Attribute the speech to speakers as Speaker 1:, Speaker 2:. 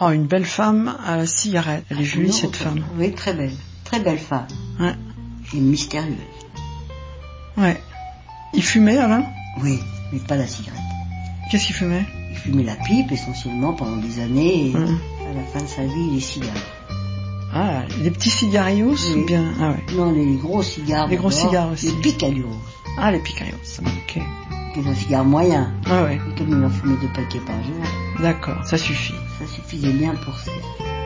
Speaker 1: Oh, une belle femme à la cigarette. Elle est jolie,
Speaker 2: Non,
Speaker 1: cette femme.
Speaker 2: Oui, très belle. Très belle femme.
Speaker 1: Ouais.
Speaker 2: Et mystérieuse.
Speaker 1: Ouais. Il fumait, Alain
Speaker 2: Oui, mais pas la cigarette.
Speaker 1: Qu'est-ce qu'il fumait
Speaker 2: Il fumait la pipe essentiellement pendant des années et
Speaker 1: Hum.
Speaker 2: à la fin de sa vie, les cigares.
Speaker 1: Ah, des petits cigarillos
Speaker 2: Oui.
Speaker 1: ou bien... Ah, ouais.
Speaker 2: Non, les gros cigares.
Speaker 1: Les gros
Speaker 2: d'abord,
Speaker 1: cigares aussi.
Speaker 2: Les picalios,
Speaker 1: ah les picarillos. Ok.
Speaker 2: qui est un cigare moyen.
Speaker 1: Ah ouais,
Speaker 2: Et comme il en fumait deux paquets par jour,
Speaker 1: d'accord, ça suffit.
Speaker 2: ça suffisait bien pour ses